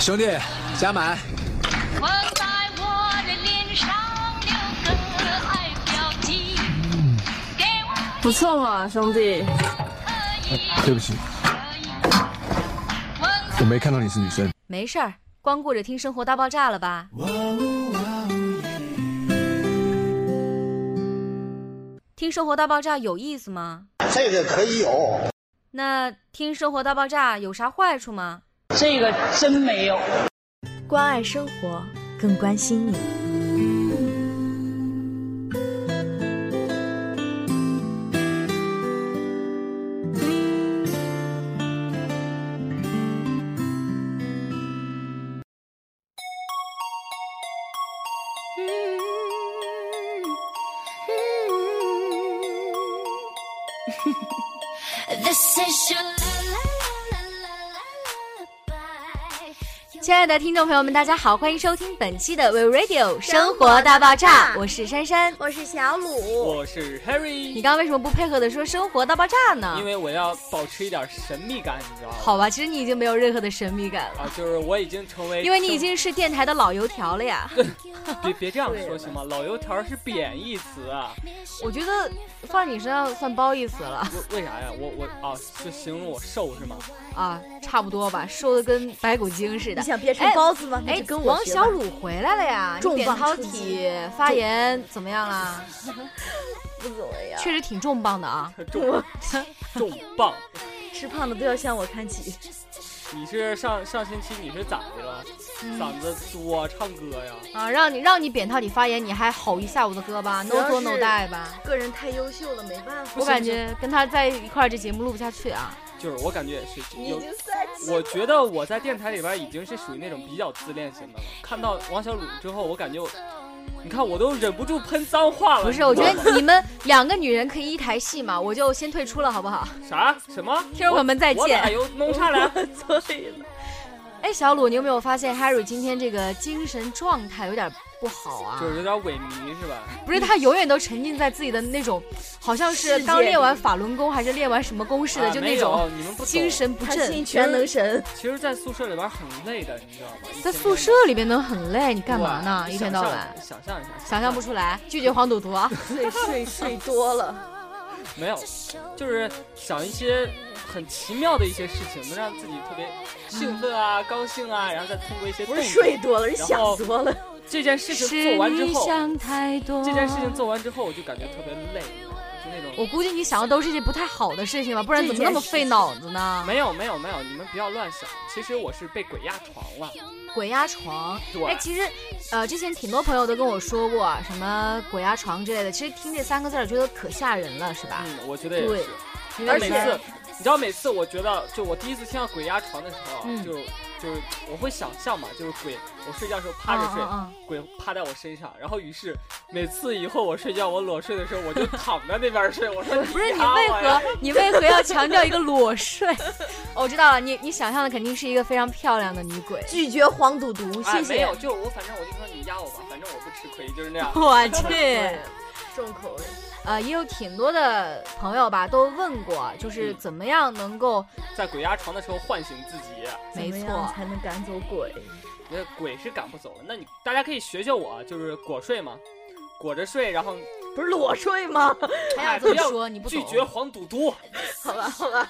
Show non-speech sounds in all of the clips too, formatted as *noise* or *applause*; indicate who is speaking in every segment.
Speaker 1: 兄弟，加满。
Speaker 2: 我在我的脸上留个爱标记，给我
Speaker 3: 不错嘛，兄弟。
Speaker 2: 可以
Speaker 4: 对不起，
Speaker 2: 可以。我
Speaker 4: 我没看到你是女生。
Speaker 5: 没事儿，光顾着听《生活大爆炸》了吧？听《生活大爆炸》有意思吗？
Speaker 6: 这个可以有，
Speaker 5: 那听《生活大爆炸》有啥坏处吗？
Speaker 7: 这个真没有。
Speaker 8: 关爱生活，更关心你。
Speaker 2: This is your lullaby.
Speaker 5: 亲爱的听众朋友们，大家好，欢迎收听本期的 We Radio 生活大爆炸，我是珊珊。
Speaker 9: 我是小鲁，
Speaker 10: 我是
Speaker 5: 你
Speaker 10: Harry，
Speaker 5: 刚刚为什么不配合的说生活大爆炸呢
Speaker 10: 因？为我要保持一点神秘感，你知道吗？
Speaker 5: 好吧，其实你已经没有任何的神秘感了，
Speaker 10: 啊，就是我已经成为，
Speaker 5: 因为你已经是电台的老油条了呀。
Speaker 10: 别别这样说行吗？老油条是贬义词啊，
Speaker 5: 我觉得放你身上算褒义词了
Speaker 10: 为为啥呀？我我啊，是形容我瘦是吗？
Speaker 5: 啊，差不多吧，瘦的跟白骨精似的
Speaker 9: 你。想变成
Speaker 5: 哎
Speaker 9: 包子吗？那
Speaker 5: 哎
Speaker 9: 就，跟我
Speaker 5: 王
Speaker 9: 学
Speaker 5: 小
Speaker 9: 吧，
Speaker 5: 鲁回来了呀！你
Speaker 9: 重
Speaker 5: 扁
Speaker 9: 磅
Speaker 5: 桃
Speaker 9: 出击
Speaker 5: 体发言怎么样啊啦？
Speaker 9: 不怎么样，
Speaker 5: 确实挺重磅的啊！ *laughs*
Speaker 10: 重重磅！
Speaker 9: 吃胖的都要向我看齐。
Speaker 10: 你是上上星期你是咋的了？
Speaker 5: 嗯
Speaker 10: 嗓子作唱歌呀？
Speaker 5: 啊，让你让你扁桃体发言，你还吼一下午的歌吧
Speaker 9: 主
Speaker 5: ，no
Speaker 9: 要
Speaker 5: 说 no
Speaker 9: 是
Speaker 5: die 吧。
Speaker 9: 个人太优秀了，没办法。
Speaker 5: 我感觉跟他在一块儿，这节目录不下去啊。
Speaker 10: 就是我感觉也是
Speaker 9: 你
Speaker 10: 有
Speaker 9: 已。经三级，
Speaker 10: 我觉得我在电台里边已经是属于那种比较自恋型的了。看到王小鲁之后，我感觉我，你看我都忍不住喷脏话了。
Speaker 5: 不是，
Speaker 10: 你
Speaker 5: 我
Speaker 10: 知
Speaker 5: 觉
Speaker 10: 道吗
Speaker 5: 得你们两个女人可以一台戏嘛，我就先退出了，好不好？
Speaker 10: 啥什么？
Speaker 5: 听众朋友们再
Speaker 10: 我
Speaker 5: 见
Speaker 10: 哪。有弄
Speaker 5: *laughs*
Speaker 10: 啥来？
Speaker 9: 对了，
Speaker 5: 哎，小鲁，你有没有发现 Harry 今天这个精神状态有点不好啊？
Speaker 10: 就是有点萎靡是吧？
Speaker 5: 不是他永远都沉浸在自己的那种，好像是
Speaker 9: 世界
Speaker 5: 刚练
Speaker 9: 里
Speaker 5: 完法轮功还是练完什么功似的，
Speaker 10: 啊
Speaker 5: 就
Speaker 10: 没
Speaker 5: 那
Speaker 10: 有
Speaker 5: 种
Speaker 10: 你们不懂
Speaker 5: 精。神不
Speaker 9: 他
Speaker 5: 振
Speaker 9: 信。全能神，
Speaker 10: 其实，在宿舍里边很累的，你知道吗？一
Speaker 5: 在
Speaker 10: 天
Speaker 5: 宿
Speaker 10: 天
Speaker 5: 舍里面能很累，你干嘛呢？
Speaker 10: 对
Speaker 5: 一天到晚
Speaker 10: 想象一下，
Speaker 5: 想象不出来，拒绝黄赌毒
Speaker 10: *laughs*
Speaker 5: 啊！
Speaker 9: 睡睡 *laughs* 睡多了，
Speaker 10: 没有，就是想一些很奇妙的一些事情，能让自己特别兴奋啊、高兴啊，然后再通过一些
Speaker 9: 不
Speaker 10: 动
Speaker 9: 是
Speaker 10: 作。
Speaker 9: 睡多了，是
Speaker 10: 然
Speaker 9: 想
Speaker 10: 后
Speaker 9: 多了。
Speaker 10: 这件事情
Speaker 5: 是
Speaker 10: 做完之
Speaker 5: 你
Speaker 10: 后，
Speaker 5: 想太多。
Speaker 10: 这件事情，做完之后，我就感觉特别累，就那种。
Speaker 5: 我估计你想的都是一些不太好的事情吧，不然怎么那么费脑子呢？
Speaker 10: 没有没有没有，你们不要乱想。其实我是被鬼压床了，
Speaker 5: 鬼压床，
Speaker 10: 对
Speaker 5: 哎，其实，呃，之前挺多朋友都跟我说过什么鬼压床之类的，其实听这三个字儿觉得可吓人了，是吧？
Speaker 10: 嗯，我觉得也
Speaker 5: 对
Speaker 10: 是。，
Speaker 5: 因
Speaker 10: 但
Speaker 5: 为
Speaker 10: 每
Speaker 5: 每
Speaker 10: 次
Speaker 5: 次，
Speaker 10: 你知道，每次我觉得，就我第一次听到鬼压床的时候啊，
Speaker 5: 嗯
Speaker 10: 就就是我会想象嘛，就是鬼，我睡觉的时候趴着睡，
Speaker 5: 嗯嗯
Speaker 10: 鬼趴在我身上，然后于是每次以后我睡觉，我裸睡的时候，我就躺在那边睡。我说
Speaker 5: *laughs* 不是你
Speaker 10: 压
Speaker 5: 为
Speaker 10: 我呀
Speaker 5: 何你为何要强调一个裸
Speaker 10: *laughs*
Speaker 5: 睡？哦我知道了，你你想象的肯定是一个非常漂亮的女鬼。
Speaker 9: 拒绝黄赌毒，
Speaker 10: 哎
Speaker 9: 谢
Speaker 10: 没
Speaker 9: 谢
Speaker 10: 有，。就我反正我就说你压我吧，反正我不吃亏，就是那
Speaker 5: *laughs*
Speaker 10: 样。
Speaker 5: 我去，
Speaker 9: 重口味，
Speaker 5: 呃，也有挺多的朋友吧，都问过，就是
Speaker 10: 嗯
Speaker 5: 怎么样能够，
Speaker 10: 在鬼压床的时候唤醒自己，
Speaker 5: 没
Speaker 9: 怎么
Speaker 5: 错
Speaker 9: 样，才能赶走鬼。
Speaker 10: 那鬼是赶不走的。那你大家可以学学我，就是裹睡嘛，裹着睡，然后
Speaker 9: 不是裸睡吗？
Speaker 5: 哎
Speaker 10: 哎
Speaker 5: 呀，
Speaker 10: 不
Speaker 5: 怎么
Speaker 10: 要
Speaker 5: 说你不
Speaker 10: 拒
Speaker 5: 懂
Speaker 10: 绝黄赌毒。
Speaker 9: 好吧，好吧，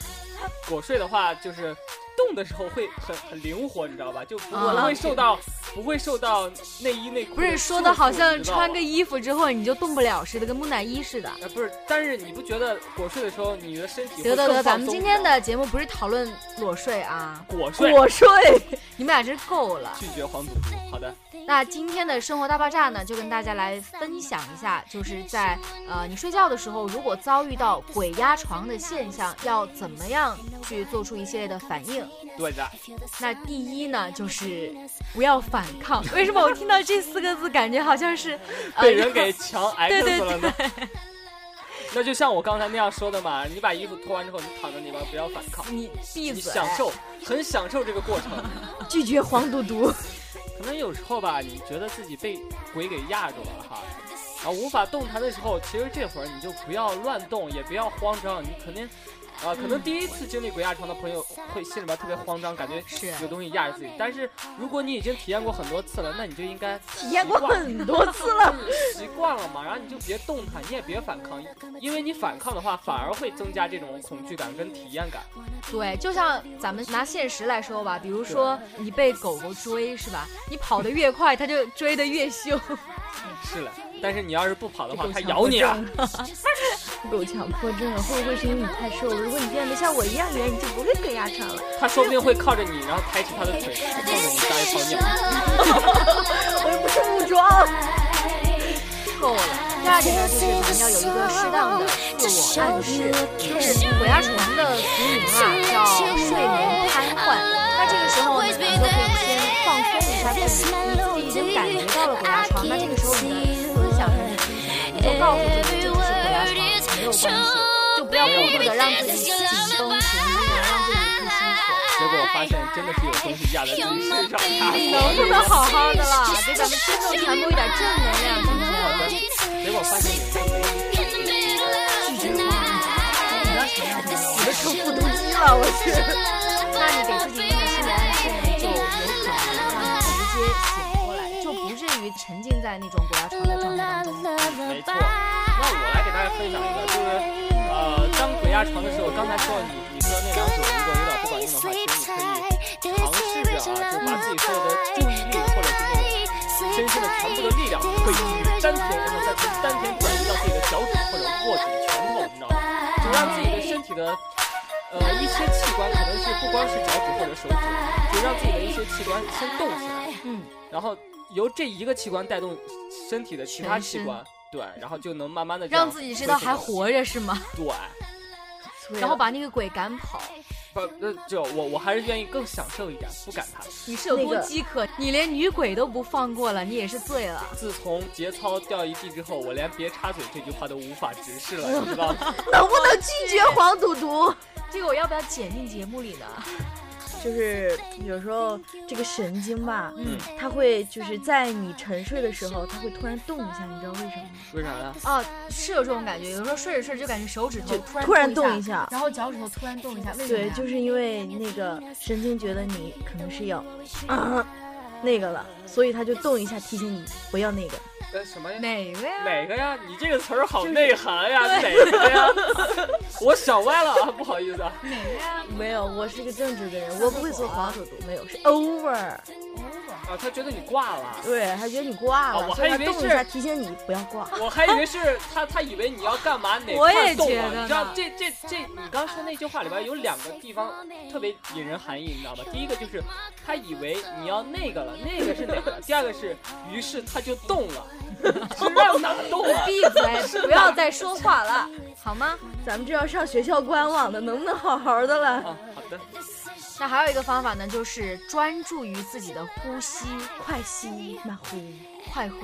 Speaker 10: 裸睡的话，就是动的时候会很很灵活，你知道吧？就不
Speaker 5: 啊
Speaker 10: 不会受到不会受到内衣内裤束缚。
Speaker 5: 不是说的好像
Speaker 10: 你知道吗
Speaker 5: 穿个衣服之后你就动不了似的，跟木乃伊似的。
Speaker 10: 呃不是，但是你不觉得裸睡的时候你的身体
Speaker 5: 得
Speaker 10: 会
Speaker 5: 得得，
Speaker 10: 更放松
Speaker 5: 咱们今天
Speaker 10: 吗
Speaker 5: 的节目不是讨论裸睡啊，
Speaker 10: 裸睡
Speaker 9: 裸睡。
Speaker 5: *laughs* 你们俩真是够了。
Speaker 10: 拒绝黄赌毒。好的，
Speaker 5: 那今天的生活大爆炸呢，就跟大家来分享一下，就是在呃你睡觉的时候，如果遭遇到鬼压床的现象，要怎么样去做出一系列的反应？
Speaker 10: 对的，
Speaker 5: 那第一呢，就是不要反抗。为什么我听到这四个字，感觉好像是呃
Speaker 10: 被人给强
Speaker 5: *laughs* 对
Speaker 10: X
Speaker 5: 对
Speaker 10: 了呢。那就像我刚才那样说的嘛，你把衣服脱完之后，你躺在那边不要反抗，
Speaker 5: 你闭
Speaker 10: *laughs* 你
Speaker 5: 嘴，
Speaker 10: 享受，很享受这个过程。
Speaker 9: 拒绝黄赌毒，
Speaker 10: 可能有时候吧，你觉得自己被鬼给压住了哈，啊，无法动弹的时候，其实这会儿你就不要乱动，也不要慌张，你肯定啊，可能第一次经历鬼压床的朋友会心里边特别慌张，感觉
Speaker 5: 是
Speaker 10: 有东西压着自己。但是如果你已经体验过很多次了，那你就应该
Speaker 9: 体验过
Speaker 10: 习惯
Speaker 9: 很多次了。
Speaker 10: 习惯了嘛，然后你就别动弹，你也别反抗，因为你反抗的话，反而会增加这种恐惧感跟体验感。
Speaker 5: 对，就像咱们拿现实来说吧，比如说你被狗狗追是吧？你跑得越快，它就追得越凶。
Speaker 10: 是了，但是你要是不跑的话，它咬你啊！
Speaker 9: 狗强迫症了，会不会是因为你太瘦了？如果你变得像我一样圆，你就不会鬼压床了。
Speaker 10: 它说不定会靠着你，然后抬起它的腿，冲着你撒一泡尿。
Speaker 9: 我又不是武装。
Speaker 5: 够了。第二点呢，就是咱们要有一个适当的自我暗示，就是鬼压床的俗名啊叫睡眠瘫痪。那这个时候呢，比如说可以先放松一下自己，你自己已经感觉到了鬼压床，那这个时候你的思想上你你就告诉自己这就是鬼压床，没有关系，就不要过度的让自己紧绷神经啊，让自己不舒服。
Speaker 10: 结果我发现真的是有东西压在自己身上，
Speaker 5: *laughs* 能不能好好的了？给咱们听众传播一点正能量，行不行？
Speaker 10: 结果发现你这个
Speaker 5: 那你给自己一个心理暗示呢，就有可能让你直接醒
Speaker 9: *laughs*
Speaker 5: 过来，就不至于沉浸在那种鬼压床的状态当中。
Speaker 10: 没错。那我来给大家分享一个，就是呃，当鬼压床的时候，刚才说你你说那两种，如果有点不管用的话，其实你可以尝试着啊，就把自己所有的注意力或者是那种。身上的全部的力量会基于丹田，然后再从丹田转移到自己的脚趾或者握紧拳头，你知道吗？就让自己的身体的呃一些器官，可能是不光是脚趾或者手指，就让自己的一些器官先动起来，
Speaker 5: 嗯，
Speaker 10: 然后由这一个器官带动身体的其他器官，对，然后就能慢慢的
Speaker 5: 让自己知道还，活着是吗？
Speaker 10: 对，
Speaker 5: 然后把那个鬼赶跑。
Speaker 10: 不呃就我我还是愿意更享受一点，不赶它。
Speaker 5: 你是有多
Speaker 9: 那个
Speaker 5: 饥渴？你连女鬼都不放过了，你也是醉了。
Speaker 10: 自从节操掉一地之后，我连别插嘴这句话都无法直视了，你知道吗？
Speaker 9: 能不能拒绝黄赌毒？
Speaker 5: 这个我要不要剪进节目里呢？
Speaker 9: 就是有时候这个神经吧，
Speaker 10: 嗯，
Speaker 9: 它会就是在你沉睡的时候，它会突然动一下，你知道为什么吗？
Speaker 10: 为啥呢？
Speaker 5: 哦，是有这种感觉，有时候睡着睡着就感觉手指头
Speaker 9: 就
Speaker 5: 突然
Speaker 9: 突然
Speaker 5: 动
Speaker 9: 动一下
Speaker 5: 然后脚趾头突然动一下，为什么
Speaker 9: 对
Speaker 5: 呀？，
Speaker 9: 就是因为那个神经觉得你可能是要啊那个了，所以它就动一下提醒你不要那个。
Speaker 10: 呃什么呀？
Speaker 5: 哪个呀？
Speaker 10: 哪个呀？你这个词儿好内涵呀，哪个呀？我想歪了啊，不好意思啊。
Speaker 9: 没有，我是个正直的人，我不会做黄赌毒，没有，是 over。
Speaker 10: 啊，他觉得你挂了，
Speaker 9: 对，他觉得你挂
Speaker 10: 啊
Speaker 9: 了，
Speaker 10: 我
Speaker 9: 所以
Speaker 10: 还
Speaker 9: 它
Speaker 10: 以为
Speaker 9: 动一
Speaker 10: 是
Speaker 9: 下提醒你不要挂。
Speaker 10: *laughs* 我还以为是他，他以为你要干嘛哪
Speaker 5: 我
Speaker 10: 块
Speaker 5: 也
Speaker 10: 动
Speaker 5: 觉
Speaker 10: 了，
Speaker 5: 得
Speaker 10: 你知道
Speaker 5: 呢
Speaker 10: 这这这，你刚说那句话里边有两个地方特别引人含义，你知道吧？第一个就是他以为你要那个了，那个是哪个？第二个是，于是他就动了，是让哪动
Speaker 5: *laughs*
Speaker 10: 了？
Speaker 5: 闭嘴，不要再说话了，好吗？
Speaker 9: 咱们这要上学校官网的，能不能好好的了？
Speaker 10: 啊，好的，
Speaker 5: 那还有一个方法呢，就是专注于自己的呼吸，
Speaker 9: 快吸慢呼，
Speaker 5: 快呼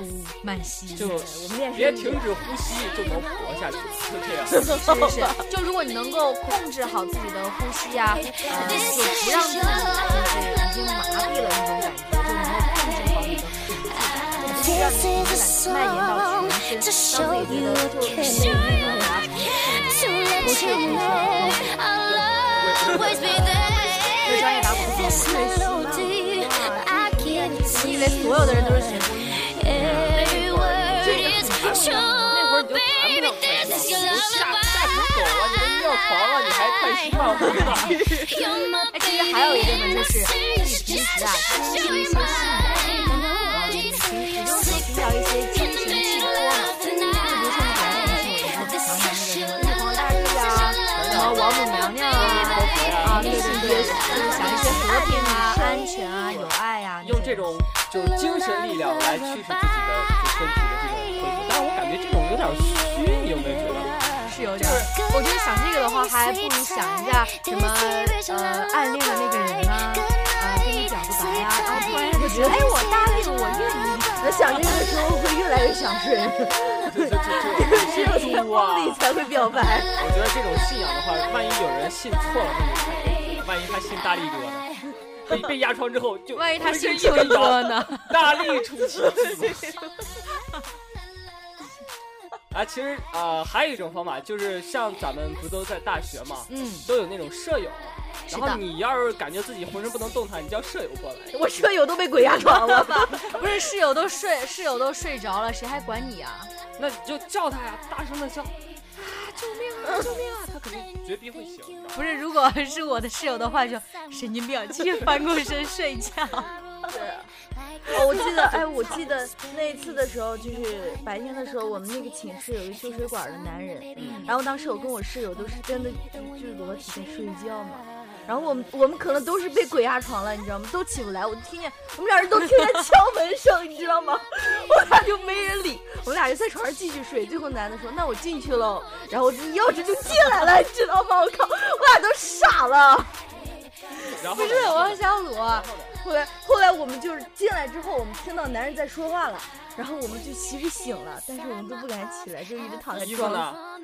Speaker 5: 慢吸，
Speaker 10: 就
Speaker 9: 我们练
Speaker 10: 别
Speaker 9: 声
Speaker 10: 停止呼吸就能活下去，就
Speaker 5: *laughs*
Speaker 10: 这样。
Speaker 5: 是不是？就如果你能够控制好自己的呼吸啊，呃，就不让自己就是已经麻痹了那种感觉，就能够控制好你的呼吸，就不会让你的感觉蔓延到全身，让自己觉得就没有那种麻痹。
Speaker 2: 对专业打广告吗？
Speaker 5: 你
Speaker 2: 你
Speaker 5: 以
Speaker 2: 以为
Speaker 5: 为所
Speaker 2: 所
Speaker 5: 有
Speaker 2: 有
Speaker 5: 的
Speaker 2: 的
Speaker 5: 人
Speaker 2: 人
Speaker 5: 都
Speaker 2: 都
Speaker 5: 是
Speaker 2: 是学
Speaker 5: 学呼吸？
Speaker 10: 那会儿你就谈不了恋爱了，你都吓吓成狗了，你都尿床了，你还快吸慢呼呢？
Speaker 5: 哎，其实还有一个呢，就是可以平时啊，多听一些信仰，平时不用说寻找一些精神寄托嘛，就比如说你感冒的时候，然后想想那个什么玉皇大帝啊，什么王母娘娘啊，啊，对对对，就是想一些和平啊、安全啊、有爱啊，
Speaker 10: 用这种就是精神力量来驱使自己的就身体的这种恢复，但是我感觉这种有点虚，你有没有觉得？
Speaker 5: 是有点儿。我觉得想这个的话，还不如想一下什么呃暗恋的那个人啊，呃跟你表个白啊，然后突然就觉得哎我答应我愿意。
Speaker 9: 那想这个的时候会越来越想睡，
Speaker 10: 这这这这这猪啊！
Speaker 9: 梦里才会表白。
Speaker 10: 我觉得这种信仰的话，万一有人信错了那就太悲了，万一他信大力哥呢？被被压疮之后就
Speaker 5: 万一他
Speaker 10: 浑身
Speaker 5: 姓
Speaker 10: 一
Speaker 5: 邱
Speaker 10: 根
Speaker 5: 哥
Speaker 10: 摇，
Speaker 5: 呢？
Speaker 10: 大力出奇迹嘛。啊，其实呃还有一种方法，就是像咱们不都在大学嘛，
Speaker 5: 嗯，
Speaker 10: 都有那种舍友。然
Speaker 5: 是
Speaker 10: 后
Speaker 5: 的
Speaker 10: 你要是感觉自己浑身不能动弹，你叫舍友过来。
Speaker 9: 我舍友都被鬼压床了，
Speaker 5: 不是室友都睡，室友都睡着了，谁还管你啊？
Speaker 10: 那你就叫他呀，大声的叫啊！救命啊！救命啊！他肯定绝逼会醒，你知道吗？
Speaker 5: 不是，如果是我的室友的话，就神经病，继续翻过身睡觉。
Speaker 9: 哦，我记得，哎，我记得那一次的时候，就是白天的时候，我们那个寝室有一个修水管的男人，然后当时我跟我室友都是真的就就是裸体在睡觉嘛，然后我们我们可能都是被鬼压床了，你知道吗？都起不来，我听见我们俩人都听见敲门声，你知道吗？ *laughs* 我俩就没人理，我们俩就在床上继续睡。最后男的说：“那我进去喽。”然后我自己钥匙就进来了，你知道吗？我靠，我俩都傻了。
Speaker 10: 然后
Speaker 5: 不是王小鲁，
Speaker 9: 后来后来我们就是进来之后，我们听到男人在说话了，然后我们就其实醒了，但是我们都不敢起来，就一直躺在
Speaker 10: 衣服
Speaker 9: 床
Speaker 10: 呢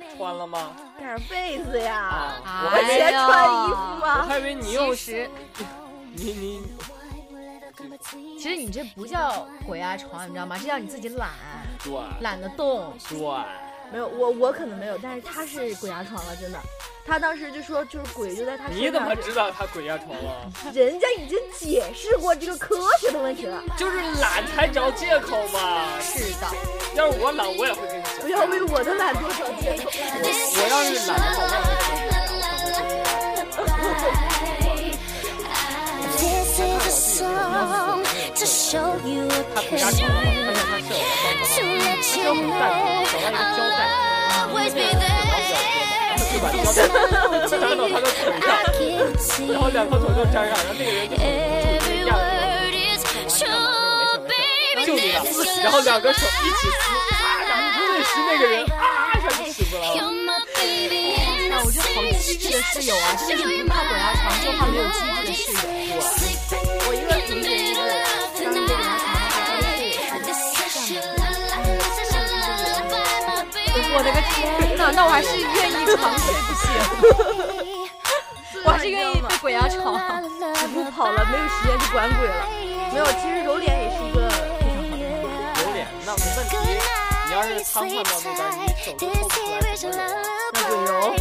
Speaker 9: 上，？
Speaker 10: 穿了吗？
Speaker 9: 盖上被子呀。
Speaker 10: 啊，我
Speaker 5: 啊
Speaker 10: 还
Speaker 9: 而
Speaker 10: 以为
Speaker 9: 且
Speaker 5: 哎呦
Speaker 9: 穿衣服啊
Speaker 10: 我
Speaker 9: 吗？
Speaker 10: 还以为你用
Speaker 5: 其实
Speaker 10: 你你
Speaker 5: 其实你这不叫鬼压床，你知道吗？这叫你自己懒，
Speaker 10: 对
Speaker 5: 懒得动。
Speaker 10: 对，
Speaker 9: 没有，我我可能没有，但是他是鬼压床了，真的。他当时就说，就是鬼就在他
Speaker 10: 你
Speaker 9: 身
Speaker 10: 怎么
Speaker 9: 上，
Speaker 10: 知道他鬼压床了？
Speaker 9: 人家已经解释过这个科学的问题了。
Speaker 10: 就是懒才找借口嘛。
Speaker 5: 是的，
Speaker 10: 要是我懒，我也会跟你讲。
Speaker 9: 不要为我的懒惰找借口。
Speaker 10: 我要是懒的话，我也会跟你讲。
Speaker 2: This is a song to show you a
Speaker 10: 他鬼压床了，发 *laughs* 现他
Speaker 2: to let you know
Speaker 10: 舍友了。他 *laughs* 就很蛋疼，找到一个胶带，
Speaker 2: I'll always be there.
Speaker 10: 就把胶
Speaker 2: This
Speaker 10: 带
Speaker 2: melody
Speaker 10: 粘到他的腿上
Speaker 2: I，can see
Speaker 10: 然后两
Speaker 2: every word is true, baby. This is love.
Speaker 10: 条腿都粘上，然后那个人就很很惊讶地说没事没事，就你了。 *laughs* 然后两个手一起撕，啊，然后顿时那个人啊一下就醒过来了。
Speaker 2: You're my baby, and
Speaker 5: 那
Speaker 2: I
Speaker 5: 我这好
Speaker 2: see
Speaker 5: 机
Speaker 2: you
Speaker 5: 智的室友啊，真的是不怕鬼压床，就怕没有机智的室友。
Speaker 2: sleeping
Speaker 9: 我一个同学就是当时被鬼压床了，然后被我室
Speaker 2: This is
Speaker 9: 友
Speaker 2: your lullaby, this is your lullaby, my baby.
Speaker 5: 我的个天呐，那我还是愿意长睡不醒，我还是愿意被鬼压床。
Speaker 9: 只不过跑了，没有时间去管鬼了。没有，其实揉脸也是一个非常好的。
Speaker 10: 有脸，那没问题。你要是瘫痪到那边，你手就抽出来怎么揉？
Speaker 9: 那鬼揉。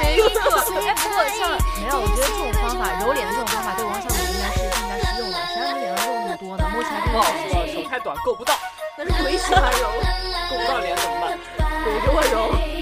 Speaker 5: 没错，哎，不过像没有，我觉得这种方法揉脸的这种方法对王小虎应该是更加实用的，谁让你脸上肉那么多呢？摸起来更
Speaker 10: 不好
Speaker 5: 好。
Speaker 10: 说，手太短够不到，
Speaker 9: 但是鬼喜欢揉，
Speaker 10: 够不到脸怎么办？
Speaker 9: 鬼给我揉。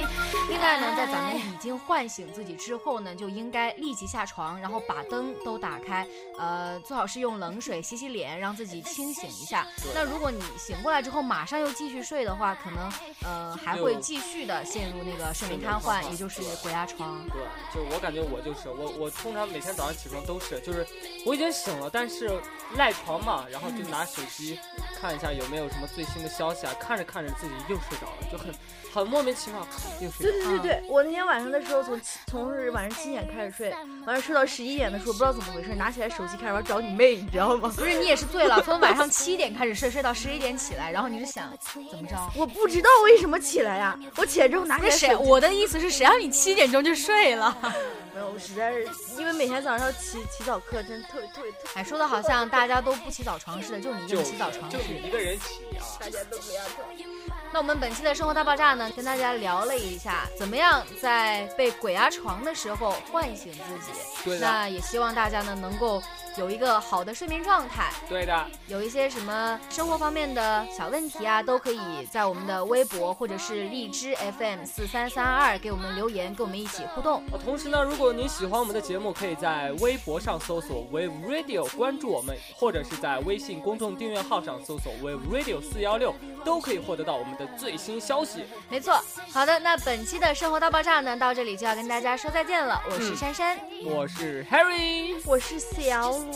Speaker 5: 另外呢，在咱们已经唤醒自己之后呢，就应该立即下床，然后把灯都打开，呃，最好是用冷水洗洗脸，让自己清醒一下。那如果你醒过来之后马上又继续睡的话，可能呃还会继续的陷入那个睡眠瘫痪，也就是鬼压床。
Speaker 10: 对，就是我感觉我就是我，我通常每天早上起床都是，就是我已经醒了，但是赖床嘛，然后就拿手机看一下有没有什么最新的消息啊，看着看着自己又睡着了，就很很莫名其妙又睡
Speaker 9: 对
Speaker 10: 着了。
Speaker 9: 对对对，我那天晚上的时候从七从是晚上七点开始睡，晚上睡到十一点的时候，不知道怎么回事，拿起来手机开始玩找你妹，你知道吗？
Speaker 5: 不是你也是醉了，从晚上七点开始睡，睡到十一点起来，然后你就想怎么着？
Speaker 9: 我不知道为什么起来呀、我起来之后拿起
Speaker 5: 不
Speaker 9: 来
Speaker 5: 哎是谁？
Speaker 9: 手机，
Speaker 5: 我的意思是，谁让你七点钟就睡了？ *laughs*
Speaker 9: 没有，我实在是因为每天早上起起早课，真特别特别特别，
Speaker 5: 哎，说的好像大家都不起早床似的，就你一个
Speaker 10: 就
Speaker 5: 人起早床
Speaker 10: 就你一个人起啊，
Speaker 9: 大家都不要走。
Speaker 5: 那我们本期的生活大爆炸呢，跟大家聊了一下，怎么样在被鬼压床的时候唤醒自己。
Speaker 10: 对的
Speaker 5: 那也希望大家呢能够有一个好的睡眠状态，
Speaker 10: 对的，
Speaker 5: 有一些什么生活方面的小问题啊，都可以在我们的微博或者是荔枝 FM 四三三二给我们留言，跟我们一起互动。
Speaker 10: 呃同时呢，如果您喜欢我们的节目，可以在微博上搜索 Wave Radio 关注我们，或者是在微信公众订阅号上搜索 Wave Radio 四幺六，都可以获得到我们的最新消息。
Speaker 5: 没错，好的，那本期的生活大爆炸呢，到这里就要跟大家说再见了。我是
Speaker 10: 嗯
Speaker 5: 珊珊，
Speaker 10: 我是 Harry，
Speaker 9: 我是小鲁，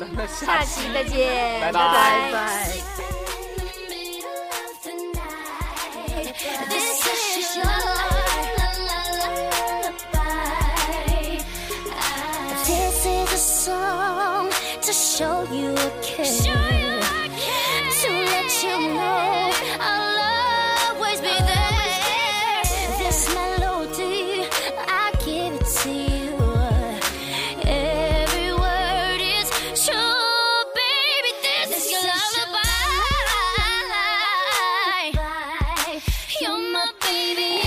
Speaker 10: 咱们
Speaker 5: 下
Speaker 10: 下期
Speaker 5: 期再见，
Speaker 10: 拜拜
Speaker 9: 拜
Speaker 5: 拜
Speaker 9: 拜。
Speaker 2: This is your lullaby. This is a song to show you a kiss. To let you know I'll always be there. This melody, I give it to you. Every word is true, baby. This, is your lullaby. You're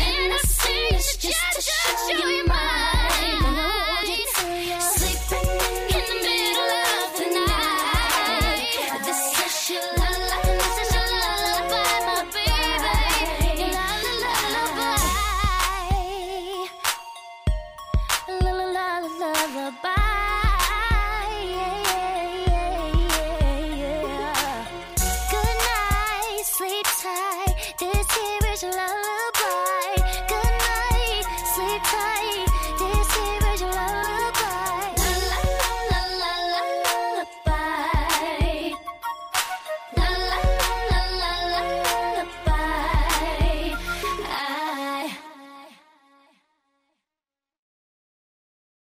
Speaker 2: Goodbye. Good night, sleep tight. This here is love.